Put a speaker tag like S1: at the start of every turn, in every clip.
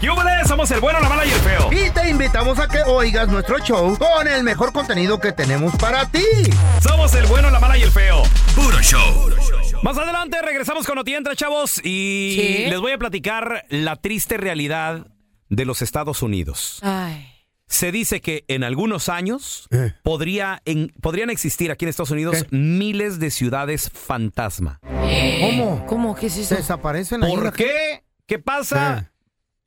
S1: ¿Qué hubo de? Somos el bueno, la mala y el feo.
S2: Y te invitamos a que oigas nuestro show con el mejor contenido que tenemos para ti.
S1: Somos el bueno, la mala y el feo.
S3: Puro show.
S1: Más adelante regresamos con Otientra, chavos, y
S4: ¿Sí?
S1: les voy a platicar la triste realidad de los Estados Unidos.
S4: Ay.
S1: Se dice que en algunos años
S2: Eh.
S1: podría en- podrían existir aquí en Estados Unidos
S2: ¿Qué?
S1: miles de ciudades fantasma.
S2: ¿Cómo?
S4: ¿Cómo? ¿Qué es eso?
S2: Desaparecen ahí. Eh.
S1: ¿Por
S2: la-
S1: qué? ¿Qué pasa?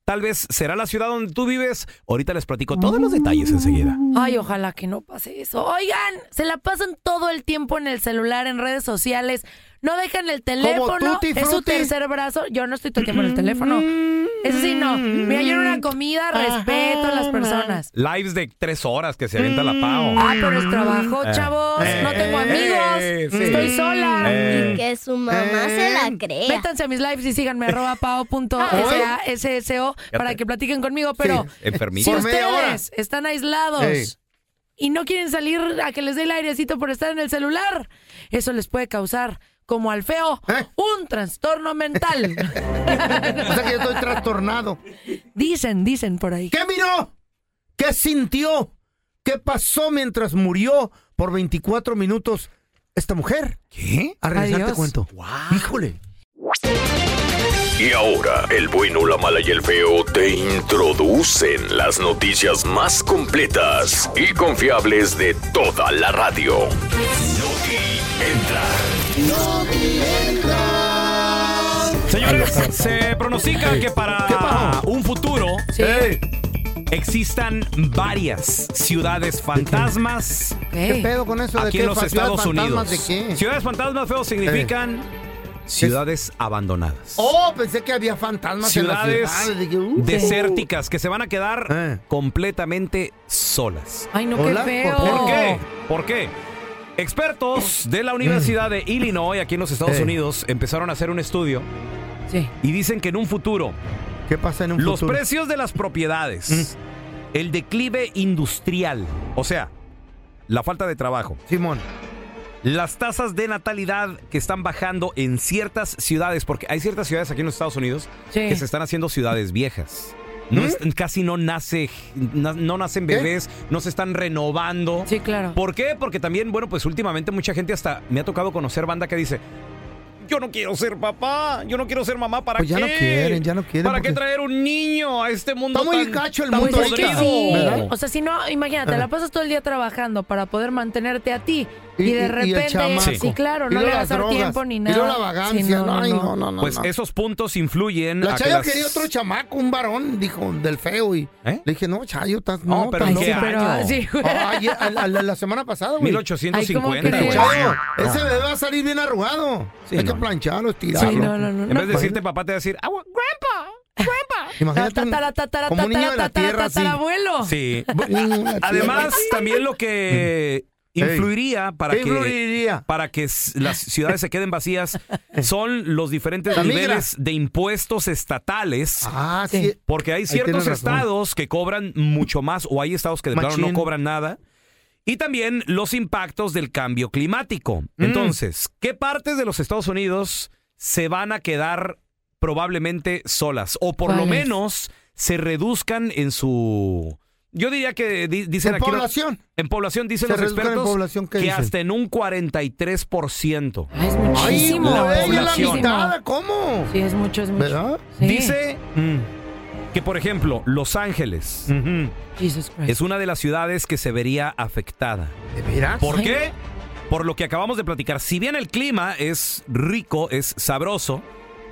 S1: Tal vez será la ciudad donde tú vives. Ahorita les platico todos los detalles enseguida.
S4: Ay, ojalá que no pase eso. Oigan, se la pasan todo el tiempo en el celular, en redes sociales. No dejan el teléfono.
S2: Tutti
S4: Es su
S2: Frutti.
S4: tercer brazo. Yo no estoy todo el tiempo en el teléfono.
S1: Mm-hmm.
S4: Eso sí, no. Mira, yo en una comida respeto a las personas.
S1: Lives de tres horas que se avienta la pao.
S4: Ah, pero es trabajo, chavos. no tengo amigos.
S1: eh, sí.
S4: Estoy sola.
S1: Eh.
S5: Que su mamá se la crea.
S4: Métanse a mis lives y síganme arroba
S1: Ah,
S4: pao.sasso para que platiquen conmigo. Pero si
S1: Enfermito.
S2: Por media hora.
S4: ustedes están aislados
S2: Ey.
S4: y no quieren salir a que les dé el airecito por estar en el celular, eso les puede causar, como al feo,
S2: ¿Eh?
S4: un trastorno mental.
S2: O sea que yo estoy trastornado.
S4: dicen, dicen por ahí.
S2: ¿Qué miró? ¿Qué sintió? ¿Qué pasó mientras murió por 24 minutos esta mujer?
S1: ¿Qué?
S2: A regresar te
S4: Adiós.
S2: cuento. Híjole.
S6: Y ahora, el bueno, la mala y el feo te introducen las noticias más completas y confiables de toda la radio.
S1: Señores, se pronostica que
S2: ¿Qué
S1: para
S2: pasó?
S1: un futuro
S4: Sí.
S2: Ey,
S1: existan varias ciudades fantasmas
S2: ¿Qué
S4: Ok.
S2: pedo con eso? ¿De
S1: aquí
S2: qué?
S1: en los
S2: ¿Fa- ciudades
S1: Estados Unidos.
S2: fantasmas ¿De qué?
S1: Ciudades fantasmas, feo,
S2: Eh.
S1: significan ciudades abandonadas.
S2: Oh, pensé que había fantasmas en
S1: ciudades
S2: las ciudades. Dije, uh.
S1: desérticas que se van a quedar
S2: Eh.
S1: completamente solas.
S4: Ay, no,
S2: Hola,
S4: qué feo.
S2: ¿por
S1: ¿Por qué? ¿Por qué? Expertos de la Universidad de Illinois, aquí en los Estados
S2: Eh.
S1: Unidos, empezaron a hacer un estudio
S4: Sí.
S1: y dicen que en un futuro
S2: ¿Qué pasa en un
S1: Los
S2: futuro?
S1: precios de las propiedades, el declive industrial, o sea, la falta de trabajo,
S2: Simón.
S1: las tasas de natalidad que están bajando en ciertas ciudades, porque hay ciertas ciudades aquí en los Estados Unidos
S4: Sí.
S1: que se están haciendo ciudades viejas. No es- casi no nace, na- no nacen
S2: ¿Qué?
S1: bebés, no se están renovando.
S4: Sí, claro.
S1: ¿Por qué? Porque también, bueno, pues últimamente mucha gente hasta me ha tocado conocer banda que dice, yo no quiero ser papá, yo no quiero ser mamá, ¿para
S2: Pues ya
S1: qué?
S2: no quieren, ya no quieren,
S1: ¿Para qué
S2: porque-
S1: traer un niño a este mundo
S2: Está muy
S1: tan,
S2: gacho el
S1: tan
S2: mundo
S4: Pues es que
S2: ahorita,
S4: sí.
S2: ¿verdad? Ah.
S4: O sea, si no, imagínate, la pasas todo el día trabajando para poder mantenerte a ti y,
S2: Y- y- y
S4: de
S2: el
S4: repente,
S2: chamaco.
S4: sí, claro,
S2: Y
S4: no
S2: luego
S4: le
S2: las
S4: vas a dar
S2: drogas.
S4: tiempo ni
S2: Y
S4: nada.
S2: luego la vagancia.
S4: Sí,
S2: no, ay, no, no, no.
S1: Pues
S2: no.
S1: esos puntos influyen
S2: La
S1: a que
S2: Chayo
S1: las-
S2: quería otro chamaco, un varón, dijo, del feo. Y
S1: ¿Eh?
S2: le dije, no, Chayo, estás.
S1: No,
S2: No,
S1: pero
S2: estás
S1: ¿en qué
S2: loco.
S1: año?
S4: Pero sí, güey.
S2: Ah, ayer- a- a- la, la semana pasada, güey.
S1: 1850,
S4: Ay, ¿cómo
S1: güey.
S2: Chayo,
S1: No.
S2: ese bebé va a salir bien arrugado.
S1: Sí,
S2: Hay
S1: no.
S2: que plancharlo, estirarlo.
S4: Sí, no, no, no.
S1: En vez de
S4: no.
S2: pues,
S1: decirte papá, te va a decir, "Ah, bueno,
S2: Imagínate un-
S4: Tatara, tatara,
S2: como un niño
S4: tatara,
S2: de la
S4: tatara,
S2: tierra así.
S4: tatarabuelo.
S1: Sí.
S2: Niño de la tierra.
S1: Además, también lo que influiría para
S7: ¿Qué
S1: que
S7: influiría?
S1: para que s- las ciudades se queden vacías son los diferentes
S7: La migra.
S1: niveles de impuestos estatales.
S7: Ah, sí.
S4: Sí.
S1: Porque hay ciertos
S7: tienes razón.
S1: estados que cobran mucho más o hay estados que de plano
S7: Machín.
S1: no cobran nada. Y también los impactos del cambio climático.
S7: Mm.
S1: Entonces, ¿qué partes de los Estados Unidos se van a quedar probablemente solas? O por lo
S4: ¿Cuáles?
S1: menos se reduzcan en su... Yo diría que di- dicen
S7: En
S1: aquí... lo-
S7: población.
S1: en población dicen
S7: Se
S1: los
S7: reduzcan en
S1: expertos
S7: población, ¿qué
S1: que
S7: dicen?
S1: hasta en un 43%.
S4: Ay, es muchísimo.
S1: la
S7: güey, ya la
S1: población.
S7: mitad, ¿cómo?
S4: Sí, es mucho, es mucho.
S7: ¿Verdad?
S4: Sí.
S1: Dice que, por ejemplo, Los Ángeles
S4: Jesus Christ.
S1: es una de las ciudades que se vería afectada.
S7: ¿De veras?
S1: ¿Por qué? Por lo que acabamos de platicar. Si bien el clima es rico, es sabroso,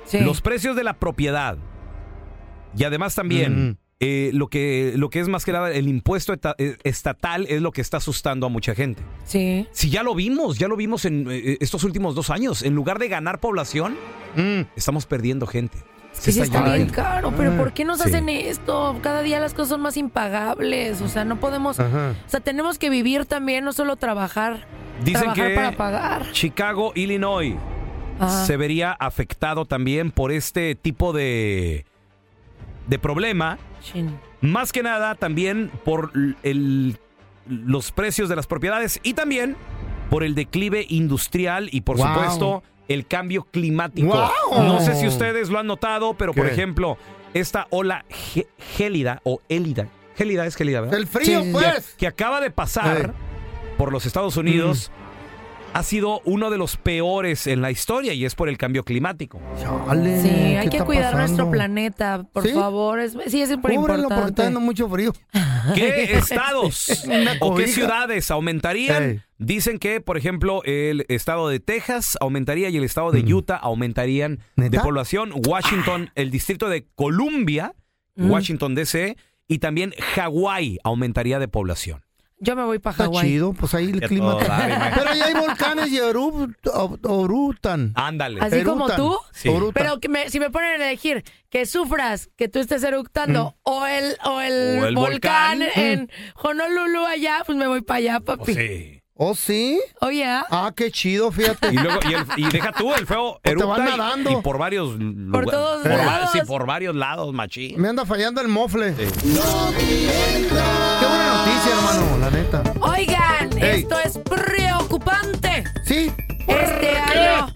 S4: Sí.
S1: los precios de la propiedad y además también
S7: Ujú.
S1: eh, lo, que, lo que es más que nada el impuesto eta- eh, estatal es lo que está asustando a mucha gente.
S4: Sí.
S1: Si ya lo vimos, ya lo vimos en eh, estos últimos dos años, en lugar de ganar población,
S7: Mm.
S1: estamos perdiendo gente.
S4: Sí, sí, está
S1: yendo
S4: bien
S1: gente.
S4: caro, pero ¿por qué nos
S1: Sí.
S4: hacen esto? Cada día las cosas son más impagables, o sea, no podemos,
S7: Ajá.
S4: o sea, tenemos que vivir también, no solo trabajar,
S1: Dicen
S4: trabajar
S1: que
S4: para pagar. Ah,
S1: Chicago, Illinois,
S4: Ajá.
S1: se vería afectado también por este tipo de, de problema.
S4: Chin.
S1: Más que nada también por l- el- los precios de las propiedades y también por el declive industrial y por
S7: Wow.
S1: supuesto el cambio climático.
S7: Wow.
S1: No sé si ustedes lo han notado, pero por
S7: ¿Qué?
S1: ejemplo, esta ola ge- gélida o élida, gélida es gélida, ¿verdad?
S7: El frío,
S4: Sí.
S7: pues.
S1: que acaba de pasar
S7: Eh.
S1: por los Estados Unidos
S7: Mm.
S1: ha sido uno de los peores en la historia y es por el cambio climático.
S7: Chale,
S4: Sí,
S7: Eh, ¿qué
S4: hay que
S7: está
S4: cuidar
S7: pasando?
S4: nuestro planeta, por
S7: ¿Sí?
S4: favor, es, sí, es súper
S7: Cúbrelo porque está
S4: importante.
S7: dando mucho frío.
S1: ¿Qué estados
S7: Una
S1: o qué
S7: cobija.
S1: ciudades aumentarían?
S7: Ey.
S1: Dicen que, por ejemplo, el estado de Texas aumentaría y el estado de Utah aumentarían de
S7: Mm. ¿Neta? Ah.
S1: población. Washington, el distrito de Columbia,
S7: Mm.
S1: Washington DC y también Hawái aumentaría de población.
S4: Yo me voy para
S7: Está
S4: Hawái.
S7: chido, pues ahí el
S1: Ya
S7: clima.
S1: todo dar,
S7: está- Pero ahí hay volcanes y oru- o- orutan.
S1: Ándale.
S4: Así como
S7: Erutan.
S4: tú,
S1: Sí.
S7: Orutan.
S4: Pero que me- si me ponen a elegir que sufras, que tú estés eructando, o el, o el,
S1: Mm. O el
S4: volcán,
S1: volcán.
S4: en Honolulu allá, pues me voy para allá,
S1: Oh,
S4: papi.
S1: sí.
S7: ¿Oh, sí?
S4: Oye, ah,
S7: Ah, qué chido, fíjate.
S1: Y, luego, y, el- y deja tú, el feo
S7: te
S1: eructa
S7: van
S1: y-
S7: nadando.
S1: Y, por varios lugares.
S4: todos
S1: por va-
S4: lados.
S1: sí, por varios lados, machín.
S7: Me anda fallando el mofle. Qué buena noticia, hermano, la neta.
S4: Oigan,
S7: Ey.
S4: esto es preocupante.
S7: Sí.
S4: Este año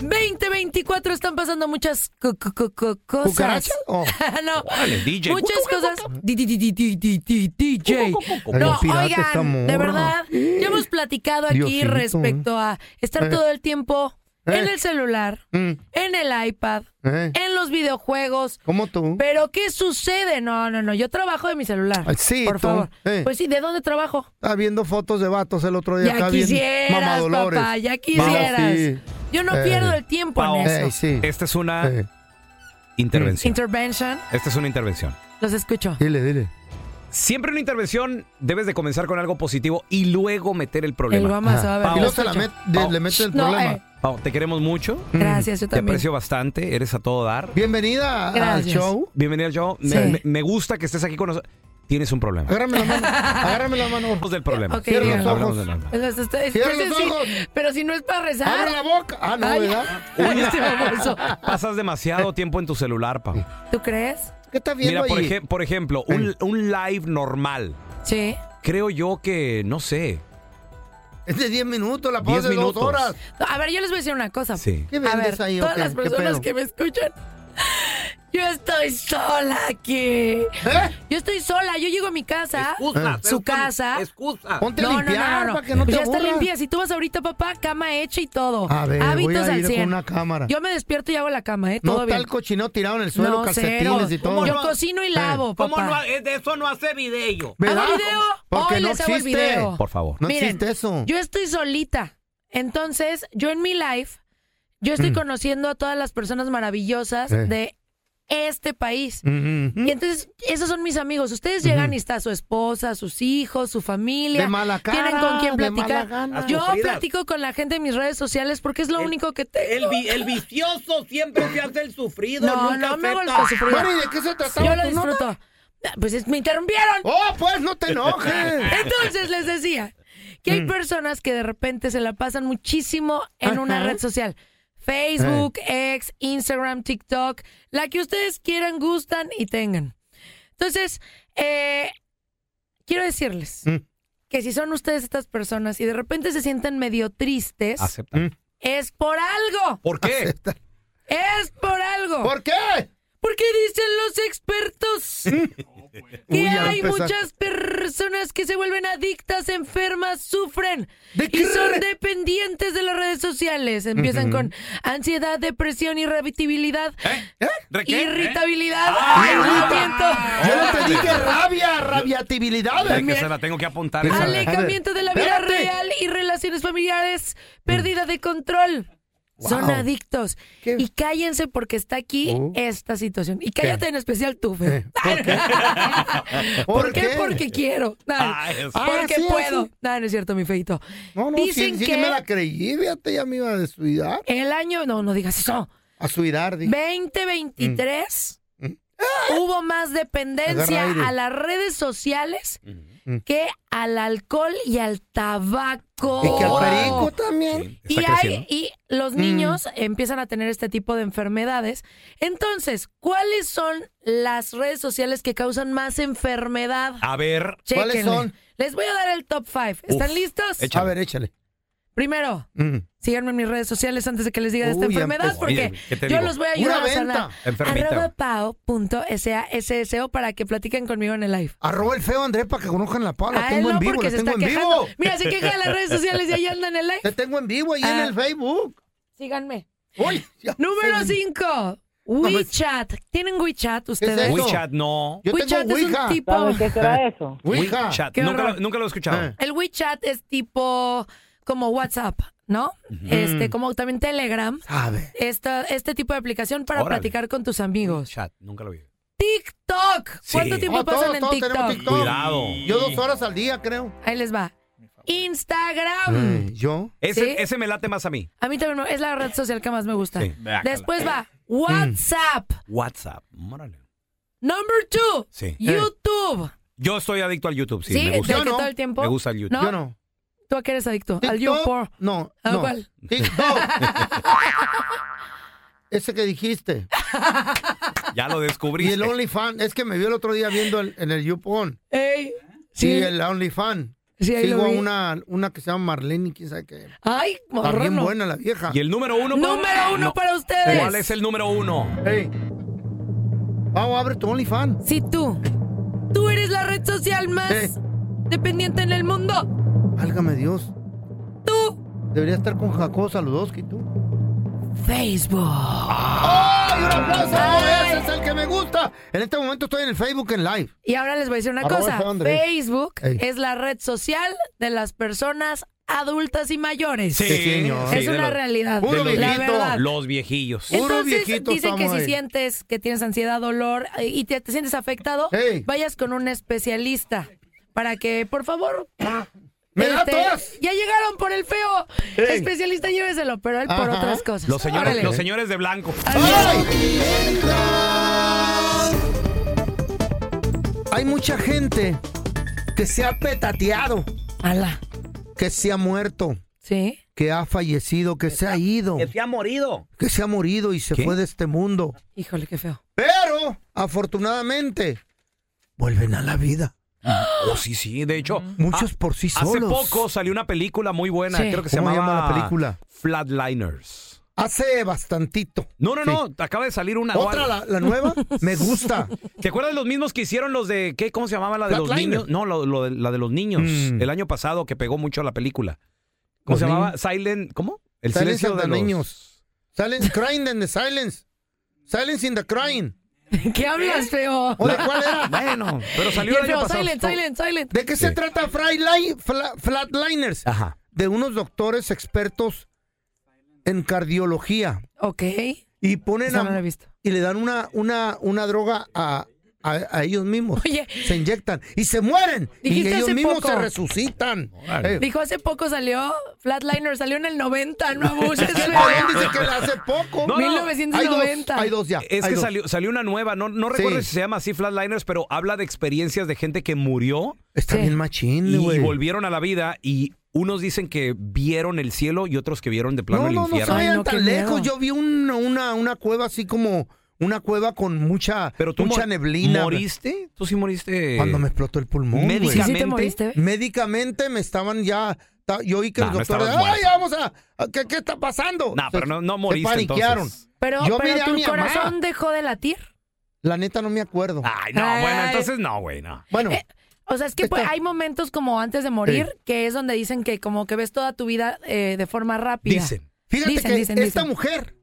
S4: 2024 están pasando muchas co- co- co- co- cosas.
S7: ¿Cucarachas? Oh.
S4: no.
S1: Órale, DJ.
S4: Muchas cosas. Di- di- di- di- di- di- di- DJ.
S7: Ay,
S4: No,
S7: pirata esta
S4: oigan, de
S7: morra.
S4: verdad, ya hemos platicado aquí
S7: Diosito,
S4: respecto a estar
S7: Eh.
S4: todo el tiempo en
S7: Eh.
S4: el celular,
S7: Mm,
S4: en el iPad,
S7: eh,
S4: en los videojuegos.
S7: ¿Cómo tú?
S4: Pero ¿qué sucede? No, no, no, yo trabajo de mi celular.
S7: Ay, sí,
S4: por
S7: tú.
S4: favor.
S7: Eh.
S4: Pues sí, ¿de dónde trabajo?
S7: Estaba viendo fotos de vatos el otro día.
S4: Ya
S7: acá bien
S4: quisieras,
S7: mamadolores.
S4: papá, ya
S7: Vamos,
S4: quisieras.
S7: sí.
S4: Yo no
S7: Eh.
S4: pierdo el tiempo
S1: Pao.
S4: en
S7: Ey,
S4: eso.
S7: sí.
S1: Esta es una
S7: Eh,
S1: intervención.
S4: Intervention,
S1: Esta es una intervención.
S4: los escucho.
S7: Dile, dile.
S1: Siempre una intervención debes de comenzar con algo positivo y luego meter el
S4: El
S1: problema.
S4: guama se va Ah, a ver.
S7: Y
S4: lo
S7: luego se la
S4: escucho.
S7: met- de- le mete el
S4: No,
S7: problema.
S4: eh,
S1: Pao, te queremos mucho.
S4: Gracias, yo
S1: Te
S4: también.
S1: aprecio bastante. Eres a todo dar.
S7: Bienvenida al
S4: Gracias.
S7: show.
S1: Bienvenida al show. Me,
S4: Sí.
S1: me- me gusta que estés aquí con nosotros. Tienes un problema.
S7: Agárrame la mano. Agárrame la mano.
S1: Hablamos del problema.
S4: Ok, Cierra los
S1: Hablamos
S7: ojos.
S1: del problema.
S4: Los estoy-
S7: Cierra
S4: pues,
S7: los
S4: sí,
S7: ojos.
S4: pero si no es para rezar.
S7: Abre la boca. Ah, no,
S4: Ay.
S7: ¿verdad?
S4: Ay, este baboso.
S1: Pasas demasiado tiempo en tu celular, Pau.
S4: ¿Tú crees?
S7: ¿Qué estás Eh. viendo
S1: Mira, por,
S7: ahí?
S1: ejem- por ejemplo, un, un live normal.
S4: Sí.
S1: Creo yo que, no sé,
S7: Es de 10 minutos, la
S1: 10
S7: pausa de 2
S1: minutos.
S7: horas.
S4: No, A ver, yo les voy a decir una cosa.
S1: Sí.
S7: ¿Qué
S4: a ver,
S7: vendes ahí? o
S4: todas
S7: qué?
S4: las
S7: ¿Qué
S4: personas
S7: pedo?
S4: que me escuchan, yo estoy sola aquí.
S7: ¿Eh?
S4: Yo estoy sola, yo llego a mi casa, su casa.
S7: Ponte a
S4: No, no,
S7: limpiar
S4: no, no, no.
S7: para que no
S4: Pues
S7: te
S4: ya está
S7: aburras.
S4: limpia. Si tú vas ahorita, papá, cama hecha y todo.
S7: A ver,
S4: Hábitos
S7: voy a
S4: al
S7: ir con
S4: 100.
S7: una cámara.
S4: Yo me despierto y hago la cama, ¿eh?
S7: no
S4: Todo
S7: está
S4: bien.
S7: el cochineo tirado en el suelo, calcetines
S4: cero.
S7: y todo.
S4: Yo cocino y lavo, papá.
S1: de eso no hace video?
S7: ¿Verdad?
S4: ¿Hago video?
S7: Porque
S4: Hoy
S7: no
S4: les hago el
S7: existe.
S4: video.
S1: Por favor.
S7: No
S4: Miren,
S7: existe eso.
S4: Yo estoy solita. Entonces, yo en mi life, yo
S7: Mm.
S4: estoy conociendo a todas las personas maravillosas
S7: Eh.
S4: de este país.
S7: Mm, mm, mm.
S4: Y entonces, esos son mis amigos. Ustedes llegan y está su esposa, sus hijos, su familia.
S7: De mala cara,
S4: Tienen con quién
S7: de mala
S4: platicar.
S7: gana.
S4: Yo platico con la gente en mis redes sociales porque es lo único que tengo.
S8: vicioso siempre se hace el sufrido.
S4: no, no me vuelvo a sufrir.
S7: Bueno, ¿y de qué se trataba
S4: Yo lo
S7: tu nota?
S4: disfruto. Pues es- me interrumpieron.
S7: ¡Oh, pues no te enojes!
S4: Entonces les decía que hay personas que de repente se la pasan muchísimo en una red social. Facebook, X, Instagram, TikTok, la que ustedes quieran, gustan y tengan. Entonces, eh, quiero decirles
S2: Mm.
S4: que si son ustedes estas personas y de repente se sienten medio tristes,
S2: Acepta.
S4: es por algo.
S2: ¿Por qué?
S4: Es por algo.
S7: ¿Por qué?
S4: Porque dicen los expertos que
S7: Uy, ya va a
S4: hay
S7: empezar.
S4: muchas personas que se vuelven adictas, enfermas, sufren
S7: ¿De
S4: y
S7: qué?
S4: son dependientes de las redes sociales. Empiezan con ansiedad, depresión, irritabilidad,
S2: ¿Eh?
S1: ¿De qué?
S4: irritabilidad,
S7: Ah,
S1: Ay,
S4: alejamiento,
S7: Yo no te dije rabia, rabiatibilidad.
S2: Hay que se la tengo que apuntar. esa.
S4: alejamiento de la vida
S7: Espérate. Mm.
S4: real y relaciones familiares, pérdida de control. Son adictos.
S7: ¿Qué? Oh.
S4: Y cállense porque está aquí esta situación. Y cállate en especial tú,
S7: Eh.
S4: Fer. ¿Por qué? Porque quiero. No, porque
S7: Ah, sí,
S4: puedo.
S7: sí.
S4: No, no es cierto, mi feito.
S7: No, no,
S4: Dicen
S7: sí, sí
S4: que
S7: me la creí, fíjate, ya me iba a suicidar.
S4: el año, no, no digas eso,
S7: A suicidar, dije.
S4: 2023 hubo más
S7: Mm. Agarra aire. Mm.
S4: dependencia a las redes sociales que al alcohol y al tabaco.
S7: Y que al perico Mm. también.
S4: Y, hay- y los niños empiezan a tener este tipo de enfermedades. Entonces, ¿cuáles son las redes sociales que causan más enfermedad?
S2: A ver.
S7: ¿Cuáles
S4: Chéquenle.
S7: son?
S4: Les voy a dar el top 5. ¿Están listos?
S7: A ver, échale.
S4: Primero,
S7: Mm.
S4: síganme en mis redes sociales antes de que les diga de esta
S7: Uy, ya
S4: enfermedad,
S7: empezó.
S4: porque
S2: Oye, ¿qué te
S4: yo
S2: digo?
S4: los voy a ayudar
S7: Pura
S4: a sanar.
S7: venta.
S2: Enfermita.
S4: Arroba pao.sasso para que platiquen conmigo en el live.
S7: Arroba el feo Andrés para que conozcan la pala. Ah, La
S4: a él
S7: tengo
S4: Ah, no,
S7: en vivo,
S4: porque
S7: la
S4: se
S7: tengo
S4: está
S7: en
S4: quejando.
S7: vivo.
S4: Mira, se queja de las redes sociales y ahí anda en el live.
S7: La tengo en vivo ahí en
S4: Ah.
S7: el Facebook.
S4: Síganme.
S7: Uy, ya.
S4: Número
S7: Sí.
S4: 5.
S7: me-
S4: WeChat. ¿Tienen WeChat ustedes?
S7: eso?
S2: WeChat, no.
S7: Yo
S4: WeChat
S7: tengo
S4: es un
S7: Ouija.
S4: tipo...
S7: Ouija.
S2: WeChat.
S4: Qué
S2: Nunca lo,
S4: horror.
S2: nunca lo he escuchado.
S4: El WeChat es tipo como WhatsApp, ¿no?
S7: Ah. Mm.
S4: Este, como también Telegram.
S7: Sabe.
S4: Esta, este tipo de aplicación para
S2: Órale.
S4: platicar con tus amigos.
S2: Chat, nunca lo vi.
S4: TikTok.
S2: Sí.
S4: ¿Cuánto tiempo
S7: Oh, todos,
S4: pasan en
S7: todos
S4: TikTok?
S7: tenemos TikTok.
S2: Cuidado.
S7: Yo dos horas al día, creo.
S4: Ahí les va. Instagram.
S7: Eh, ¿Yo?
S2: Ese,
S4: ¿Sí?
S2: ese me late más a mí.
S4: A mí también me- es la red social que más me gusta.
S2: Sí.
S4: Después va WhatsApp.
S2: WhatsApp. Órale.
S4: Number two.
S2: Sí.
S4: YouTube.
S2: Yo estoy adicto al YouTube, sí.
S4: Sí,
S2: me gusta.
S4: ¿de
S7: Yo
S4: que
S7: no.
S4: todo el tiempo.
S2: Me gusta el YouTube.
S4: ¿No?
S7: Yo no.
S4: ¿Tú a qué eres adicto? Al
S7: TikTok,
S4: YouPorn.
S7: No,
S4: ¿A
S7: no.
S4: cuál?
S7: TikTok. Ese que dijiste.
S2: Ya lo
S7: Y
S2: descubrí.
S7: el OnlyFans. Es que me vio el otro día viendo el- en el YouPorn.
S4: Ey.
S7: Sí,
S4: Sí.
S7: el OnlyFans.
S4: Sí, ahí lo
S7: Sigo a
S4: vi.
S7: una, una que se llama Marlene, quién sabe qué.
S4: Ay,
S7: Está bien
S4: morrón.
S7: buena la vieja.
S2: Y el número uno.
S4: Número uno
S2: No.
S7: pues.
S4: para ustedes.
S2: ¿Cuál es el número uno?
S7: Ey. Vamos, abre tu OnlyFans.
S4: Si tú, tú eres la red social más
S7: Eh.
S4: dependiente en el mundo,
S7: Válgame Dios.
S4: tú,
S7: Debería estar con Jacob Saludowski, tú.
S4: Facebook.
S7: ¡Ay, un aplauso!
S4: Ay.
S7: ¡Ese es el que me gusta! En este momento estoy en el Facebook en live.
S4: Y ahora les voy a decir una
S7: Arroba
S4: cosa.
S7: Feo Andrés.
S4: Facebook
S7: Ey.
S4: es la red social de las personas adultas y mayores.
S7: Sí, señor.
S4: Es
S2: de
S4: una
S2: los-
S4: realidad.
S7: Puro
S4: ¿eh? la
S7: viejito.
S4: verdad.
S2: Los viejillos.
S7: Puro
S4: Entonces
S7: viejito
S4: dicen que
S7: estamos
S4: si
S7: ahí.
S4: sientes que tienes ansiedad, dolor eh, y te, te sientes afectado,
S7: Ey.
S4: vayas con un especialista para que, por favor...
S7: Ah. ¡Me da
S4: este,
S7: tos!
S4: Ya llegaron por el feo.
S7: Ey.
S4: Especialista, lléveselo, pero él por
S7: Ajá.
S4: otras cosas.
S2: Los señores,
S4: Órale.
S2: los señores de blanco.
S7: Hay mucha gente que se ha petateado,
S4: Ala.
S7: que se ha muerto,
S4: Sí.
S7: que ha fallecido, que se ha ido,
S8: se ha morido.
S7: que se ha morido y se
S2: ¿Qué?
S7: fue de este mundo.
S4: Híjole, qué feo.
S7: Pero, afortunadamente, vuelven a la vida.
S2: Oh, sí, sí. De hecho,
S7: Mm. Muchos por sí
S2: Ah, hace
S7: solos.
S2: poco salió una película muy buena.
S4: Sí.
S2: Creo que se
S7: ¿Cómo
S2: llamaba
S7: llama la película?
S2: Flatliners.
S7: Hace bastantito.
S2: No, no, no. Acaba de salir una.
S7: ¿Otra, la, la nueva? Me gusta.
S2: ¿Te acuerdas los mismos que hicieron los de qué? ¿Cómo se llamaba la de los
S7: Flatliner.
S2: niños? No, lo- lo de- la de los niños.
S7: Mm.
S2: El año pasado que pegó mucho la película. ¿Cómo
S7: Los
S2: se llamaba?
S7: niños.
S2: Silent. ¿Cómo? El
S7: Silence
S2: silencio
S7: of
S2: de
S7: the
S2: los
S7: niños. Silence, crying in the silence. Silence in the crying.
S4: ¿Qué hablas, feo?
S7: Hola, ¿cuál era?
S2: Bueno, Ah, pero
S4: Y
S2: salió
S4: el
S2: el año
S4: feo,
S2: pasado.
S4: silent, silent, silent.
S7: ¿De qué se trata Fryline- Fla- Flatliners?
S1: Ah.
S2: Ajá.
S7: De unos doctores expertos en cardiología.
S4: Ok.
S7: Y ponen
S4: Esa no la he
S7: a,
S4: visto.
S7: y le dan una, una, una droga a, a- a ellos mismos.
S4: Oye.
S7: Se inyectan y se mueren. Y
S4: Dijiste
S7: ellos
S4: hace
S7: mismos
S4: poco.
S7: se resucitan.
S2: Órale.
S7: Eh,
S4: Dijo, hace poco salió Flatliner, salió en el 90, no abuses,
S7: Pelón dice
S4: feo.
S7: que la hace poco.
S2: No, no.
S7: Hay dos,
S4: 1990.
S7: hay dos ya.
S2: Es
S7: hay
S2: que
S7: dos.
S2: salió, salió una nueva, no, no
S7: Sí.
S2: recuerdo si se llama así Flatliners, pero habla de experiencias de gente que murió
S7: Está
S4: Sí.
S7: bien machín,
S2: y
S7: güey.
S2: volvieron a la vida y Unos dicen que vieron el cielo y otros que vieron de plano
S7: No,
S2: el
S7: no, no se
S2: infierno.
S7: vayan
S4: no, qué
S7: tan lejos.
S4: miedo.
S7: Yo vi un- una, una cueva así como una cueva con mucha,
S2: Pero tú
S7: mucha
S2: mor-
S7: neblina.
S2: ¿Moriste? ¿Tú sí moriste?
S7: Cuando me explotó el pulmón. güey.
S4: ¿Sí, sí
S2: Médicamente.
S4: te moriste?
S7: Mm. Médicamente me estaban ya. ta- Yo oí que
S2: Nah,
S7: el
S2: no
S7: doctor.
S2: estabas
S7: ¡Ay,
S2: muerta.
S7: vamos a! a- ¿Qué, qué está pasando?
S2: Nah, pero no- no moriste,
S7: Se paniquearon.
S2: entonces.
S4: Pero,
S7: Yo miré
S4: pero
S7: a
S4: tu
S7: mi mamá.
S4: corazón dejó de latir.
S7: La neta no me acuerdo.
S2: Ay, no,
S4: Ay.
S2: bueno, entonces no, güey, no.
S7: Bueno,
S4: Eh, O sea, es que pues,
S7: Está-
S4: hay momentos como antes de morir, que es donde dicen que como que ves toda tu vida eh, de forma rápida.
S2: Dicen.
S7: fíjate
S4: dicen,
S7: que
S4: dicen,
S7: esta
S4: dicen.
S7: mujer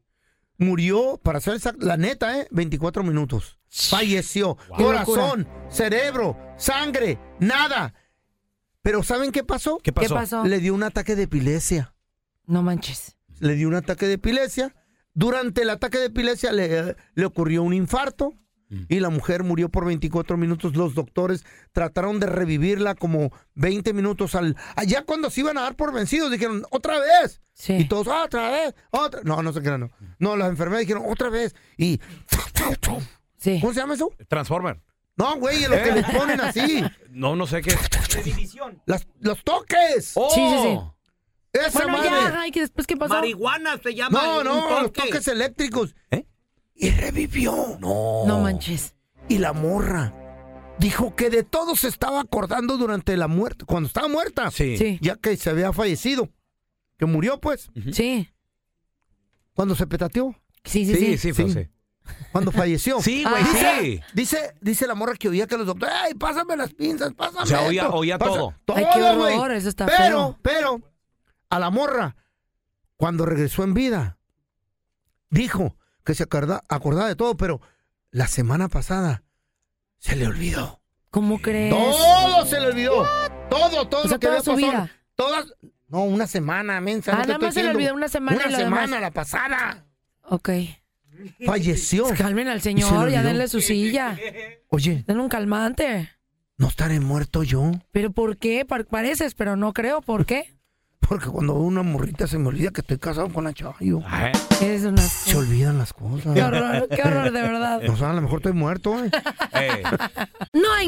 S7: murió, para ser exacto, la neta, ¿eh? 24 minutos. Falleció.
S4: Qué
S7: Corazón, cerebro, sangre, nada. Pero ¿saben qué pasó?
S2: ¿Qué
S4: ¿Qué
S2: pasó?
S4: pasó?
S7: Le dio un ataque de epilepsia.
S4: No manches.
S7: le dio un ataque de epilepsia. Durante el ataque de epilepsia le, le ocurrió un infarto
S4: Mm.
S7: y la mujer murió por 24 minutos. Los doctores trataron de revivirla como 20 minutos. Al, allá cuando se iban a dar por vencidos dijeron, otra vez.
S4: Sí.
S7: Y todos, otra vez, otra. No, no se crean, no. No, las enfermeras dijeron, otra vez. Y...
S4: Sí.
S7: ¿Cómo se llama eso?
S2: Transformer.
S7: No, güey, es lo que les ponen así.
S2: No, no sé qué.
S7: Las- los toques.
S2: ¡Oh!
S4: Sí, sí, sí.
S7: Esa
S4: Bueno,
S7: madre.
S4: ya, ay, que después qué pasó.
S8: Marihuana se llama.
S7: No,
S8: un
S7: no, los
S8: toque.
S7: toques eléctricos.
S2: ¿Eh?
S7: Y revivió.
S2: ¡Oh!
S7: No.
S4: No manches.
S7: Y la morra dijo que de todo se estaba acordando durante la muerte, cuando estaba muerta.
S2: Sí.
S4: Sí.
S7: Ya que se había fallecido. Que murió, pues.
S4: Sí.
S7: Cuando se petateó.
S4: Sí, sí,
S2: Sí,
S4: sí.
S2: sí, fue
S7: Sí.
S2: sí.
S7: Cuando falleció.
S2: Sí, güey,
S4: Ah.
S2: sí.
S7: Dice, dice la morra que oía que los doctores, ¡ay, pásame las pinzas, pásame!
S2: O sea, oía-
S7: esto,
S2: oía
S7: pasa-".
S2: todo.
S4: Ay, qué horror,
S7: güey.
S4: eso está
S7: Pero,
S4: feo.
S7: pero, a la morra, cuando regresó en vida, dijo que se acorda- acordaba de todo, pero la semana pasada se le olvidó.
S4: ¿Cómo crees?
S7: Todo se le olvidó. Todo, todo
S4: O sea,
S7: lo que
S4: toda
S7: había
S4: su
S7: pasado.
S4: vida.
S7: Todas. No, una semana, mensa.
S4: Ah,
S7: no te
S4: nada
S7: estoy
S4: más se le
S7: diciendo.
S4: olvidó una semana y
S7: Una
S4: lo
S7: semana,
S4: demás.
S7: la pasada.
S4: Ok. Pues
S7: Falleció.
S4: Calmen al
S7: se le
S4: señor,
S7: olvidó.
S4: ya denle su silla.
S7: Oye,
S4: Denle un calmante.
S7: no estaré muerto yo.
S4: ¿Pero por qué? Pa- pareces, pero no creo. ¿Por qué?
S7: Porque cuando veo una morrita se me olvida que estoy casado con la chayo.
S2: Ay,
S4: Eres una...
S7: Se olvidan las cosas.
S4: Qué horror, qué horror, de verdad.
S7: No, o sea, a lo mejor estoy muerto, eh.
S2: eh.
S4: No hay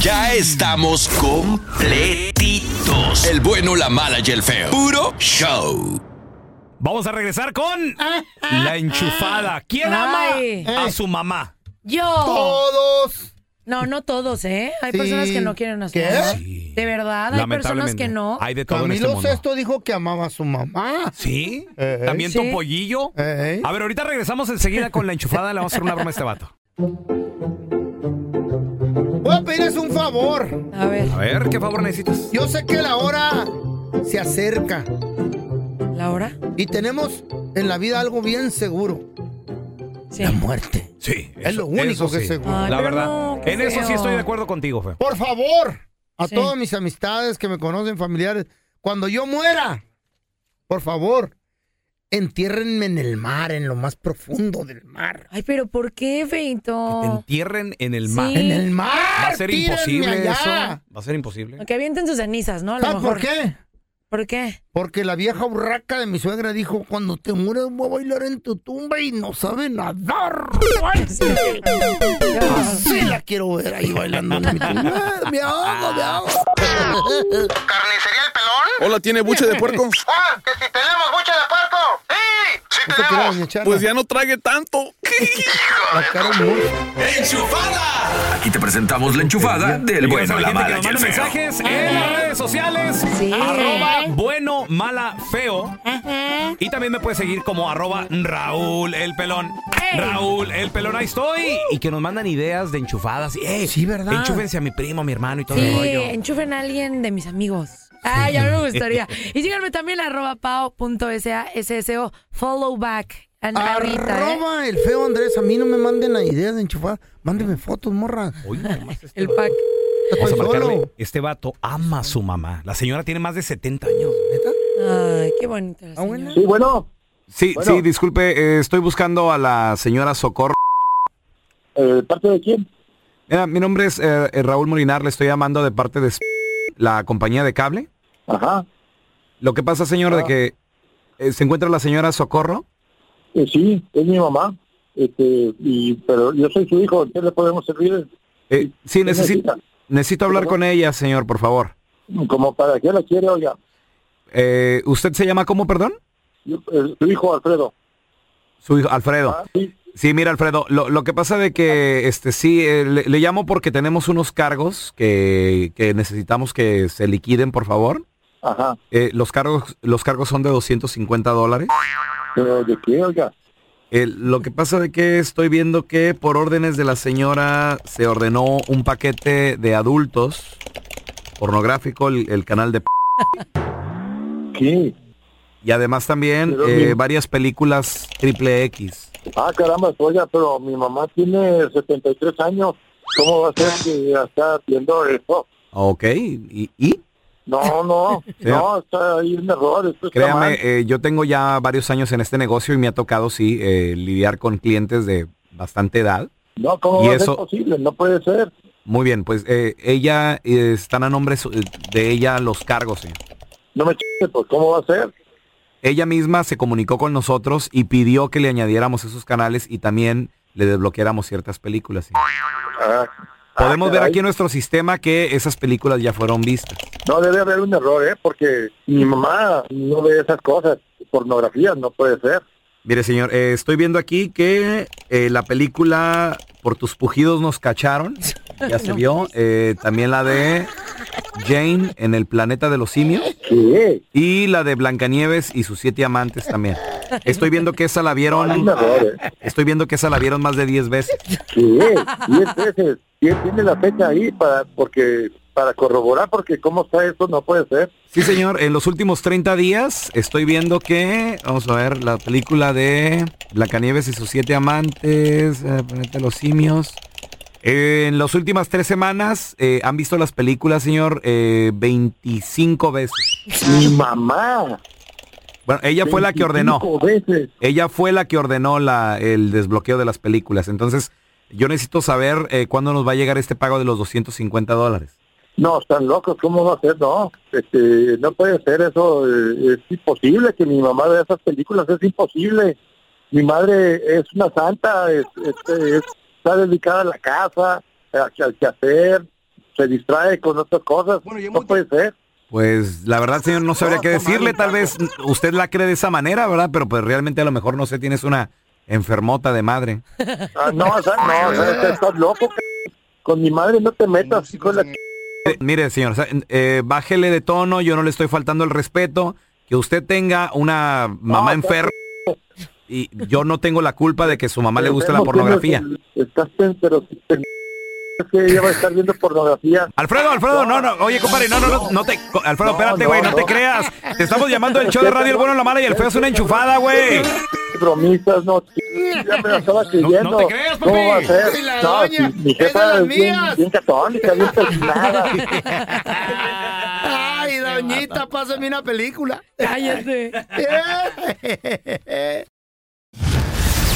S9: Ya estamos completitos. El bueno, la mala y el feo. Puro show.
S2: Vamos a regresar con la enchufada. ¿Quién
S4: Ay. Eh.
S2: ama a su mamá?
S4: Yo.
S7: Todos.
S4: No, no todos, ¿eh? Hay
S7: Sí.
S4: personas que no quieren a su
S7: ¿Qué?
S4: mamá.
S2: Sí.
S4: De verdad, Ah, hay personas
S2: Lamentablemente.
S4: que no.
S2: Hay de todo en
S7: Camilo
S2: este mundo.
S7: Sesto dijo que amaba a su mamá.
S2: Sí.
S7: Eh,
S2: También
S4: Sí.
S2: Topollillo.
S7: Eh.
S2: A ver, ahorita regresamos enseguida con la enchufada. Le vamos a hacer una broma a este vato.
S7: Voy a pedirles un favor.
S4: A ver,
S2: A ver, ¿qué favor necesitas?
S7: Yo sé que la hora se acerca
S4: ¿la hora?
S7: y tenemos en la vida algo bien seguro.
S4: Sí.
S7: La muerte.
S2: Sí.
S7: Es lo único que es seguro.
S4: Ay,
S2: la
S4: pero
S2: verdad.
S4: no, qué
S2: en eso sí
S4: feo.
S2: estoy de acuerdo contigo, feo.
S7: Por favor, a
S4: Sí.
S7: todas mis amistades que me conocen, familiares, cuando yo muera, por favor, entiérrenme en el mar, en lo más profundo del mar.
S4: Ay, pero ¿por qué,
S2: Te
S4: Feito?
S2: entierren en el
S4: Sí.
S2: mar.
S7: ¡En el mar!
S2: Va a ser
S7: ¡Tírenme
S2: imposible eso.
S7: allá!
S2: Va a ser imposible. Ah,
S4: Que avienten sus cenizas, ¿no? A lo
S7: ¿Sabes
S4: mejor.
S7: por qué?
S4: ¿Por qué?
S7: Porque la vieja urraca de mi suegra dijo, cuando te mueras voy a bailar en tu tumba y no sabe nadar. ¡Ay, sí! Sí la quiero ver ahí bailando en mi tumba. Ah, Me ahogo, me ahogo.
S6: Ah,
S10: ¿Carnicería el pelón?
S6: Hola, ¿tiene buche de puerco?
S10: ¡Ah! ¡Que si tenemos buche de puerco! ¡Sí! ¡Sí tenemos!
S6: Pues ya no trague tanto.
S9: ¡Enchufada! Aquí te presentamos la enchufada del bueno, la mala y el feo.
S2: mensajes en las redes sociales.
S9: Sí.
S2: Arroba bueno, mala, feo. Y también me puedes seguir como arroba Raúl el pelón. Raúl el pelón, ahí estoy. Y que nos mandan ideas de enchufadas. Y, eh,
S7: sí, ¿verdad?
S2: Enchúfense a mi primo, a mi hermano y todo
S4: Sí,
S2: el rollo.
S4: enchufen a alguien de mis amigos. Ah, ya me gustaría. Y síganme también arroba pao.sasso follow back. And ahorita, ¿eh?
S7: Arroba el feo Andrés, a mí no me manden las ideas de enchufar. Mándenme fotos, morra.
S9: este
S4: el
S2: Vamos
S4: pack.
S2: a
S7: Estoy
S2: marcarle.
S7: solo.
S2: Este vato ama a su mamá. La señora tiene más de 70 años.
S4: Ay, qué bonito.
S6: Ah,
S4: la señora.
S11: Sí, bueno.
S6: Sí,
S11: Bueno.
S6: sí, disculpe, eh, estoy buscando a la señora Socorro.
S11: Eh, ¿De parte de quién?
S6: Mira, mi nombre es eh, eh, Raúl Molinar, le estoy llamando de parte de la compañía de cable.
S11: Ajá.
S6: Lo que pasa, señor, de que eh, se encuentra la señora Socorro.
S11: Eh, sí, es mi mamá. Este, y, pero yo soy su hijo. ¿Qué le podemos servir?
S6: Eh, sí,
S11: ¿Qué
S6: necesito, necesito hablar con ella, señor, por favor.
S11: Como para qué la quiere, oiga.
S6: Eh, ¿Usted se llama cómo, perdón?
S11: Yo- eh, su hijo Alfredo. Ah,
S6: Su hijo, Alfredo. Sí, mira, Alfredo, lo, lo que pasa de que, este, sí, eh, le, le llamo porque tenemos unos cargos que, que necesitamos que se liquiden, por favor.
S11: Ajá.
S6: Eh, los cargos, los cargos son de 250 dólares.
S11: ¿Pero de qué, oiga?
S6: Eh, lo que pasa de que estoy viendo que por órdenes de la señora se ordenó un paquete de adultos pornográfico, el, el canal de... p- Y además también
S11: Pero
S6: eh,
S11: bien.
S6: varias películas triple X.
S11: Ah, caramba, oiga, pero mi mamá tiene 73 años. ¿Cómo va a ser que está viendo esto?
S6: Ah, Ok, y, y
S11: No, no, no, está ahí un error. Esto está
S6: créame,
S11: mal.
S6: eh, yo tengo ya varios años en este negocio y me ha tocado, sí, eh, lidiar con clientes de bastante edad.
S11: No, ¿cómo
S6: y
S11: va
S6: eso-
S11: a ser posible? No puede ser.
S6: Muy bien, pues eh, ella, eh, están a nombre su- de ella los cargos, señor.
S11: No me chingue, pues, ¿cómo va a ser?
S6: Ella misma se comunicó con nosotros y pidió que le añadiéramos esos canales y también le desbloqueáramos ciertas películas. señor.
S11: Ah,
S6: Podemos ver
S11: caray.
S6: aquí en nuestro sistema que esas películas ya fueron vistas.
S11: No, debe haber un error, ¿eh? Porque mi mamá no ve esas cosas. Pornografía no puede ser.
S6: Mire, señor, eh, estoy viendo aquí que eh, la película Por tus pujidos nos cacharon, ya se
S11: No.
S6: vio. eh, también la de Jane en el planeta de los simios. Y la de Blancanieves y sus siete amantes también. Estoy viendo que esa la vieron. Estoy viendo que esa la vieron más de 10 veces.
S11: ¿eh? Sí, diez veces. Y él tiene la fecha ahí para, porque, para corroborar, porque cómo está eso no puede ser.
S6: Sí, señor. En los últimos 30 días estoy viendo que, vamos a ver, la película de Blancanieves y sus siete amantes, eh, Planeta de los simios. Eh, en las últimas tres semanas eh, han visto las películas, señor, eh, 25 veces.
S11: Mi mamá.
S6: Bueno, ella fue la que ordenó.
S11: 25 veces.
S6: Ella fue la que ordenó la, el desbloqueo de las películas. Entonces, yo necesito saber eh, cuándo nos va a llegar este pago de los 250 dólares.
S11: No, están locos, ¿cómo va a ser? No, este, no puede ser eso, eh, es imposible que mi mamá vea esas películas, es imposible. Mi madre es una santa, es- este, es- está dedicada a la casa, a- al quehacer, se distrae con otras cosas, no puede ser.
S6: Pues la verdad, señor, no sabría qué decirle. Tal vez usted la cree de esa manera, ¿verdad? Pero pues realmente a lo mejor no sé, tienes una enfermota de madre.
S11: Ah, no, o sea, no, o sea, estás loco, c- con mi madre no te metas, hijo de la... c-
S6: Eh, mire, señor, o sea, eh, bájele de tono, yo no le estoy faltando el respeto. Que usted tenga una mamá enferma y yo no tengo la culpa de que su mamá le guste la
S11: Enfermo,
S6: pornografía.
S11: tienes el- Estás pen- pero pen- es que ella va a estar viendo pornografía.
S6: Alfredo, Alfredo, no, no, oye, compadre, no, no, no, no te, co- Alfredo, espérate, güey, no, te creas. Te estamos llamando el show de radio, el bueno, la mala y el feo es una enchufada, güey.
S11: Bromistas, no, ch- ya me la estaba creyendo.
S6: no te creas, papi.
S11: ¿Cómo va a ser?
S6: Y la
S11: no,
S6: doña,
S11: si mi
S6: es de
S11: jefa
S6: las
S11: es bien,
S6: mías.
S11: bien católica, bien terminada.
S7: Ay, doñita, pásame una película.
S4: Cállate.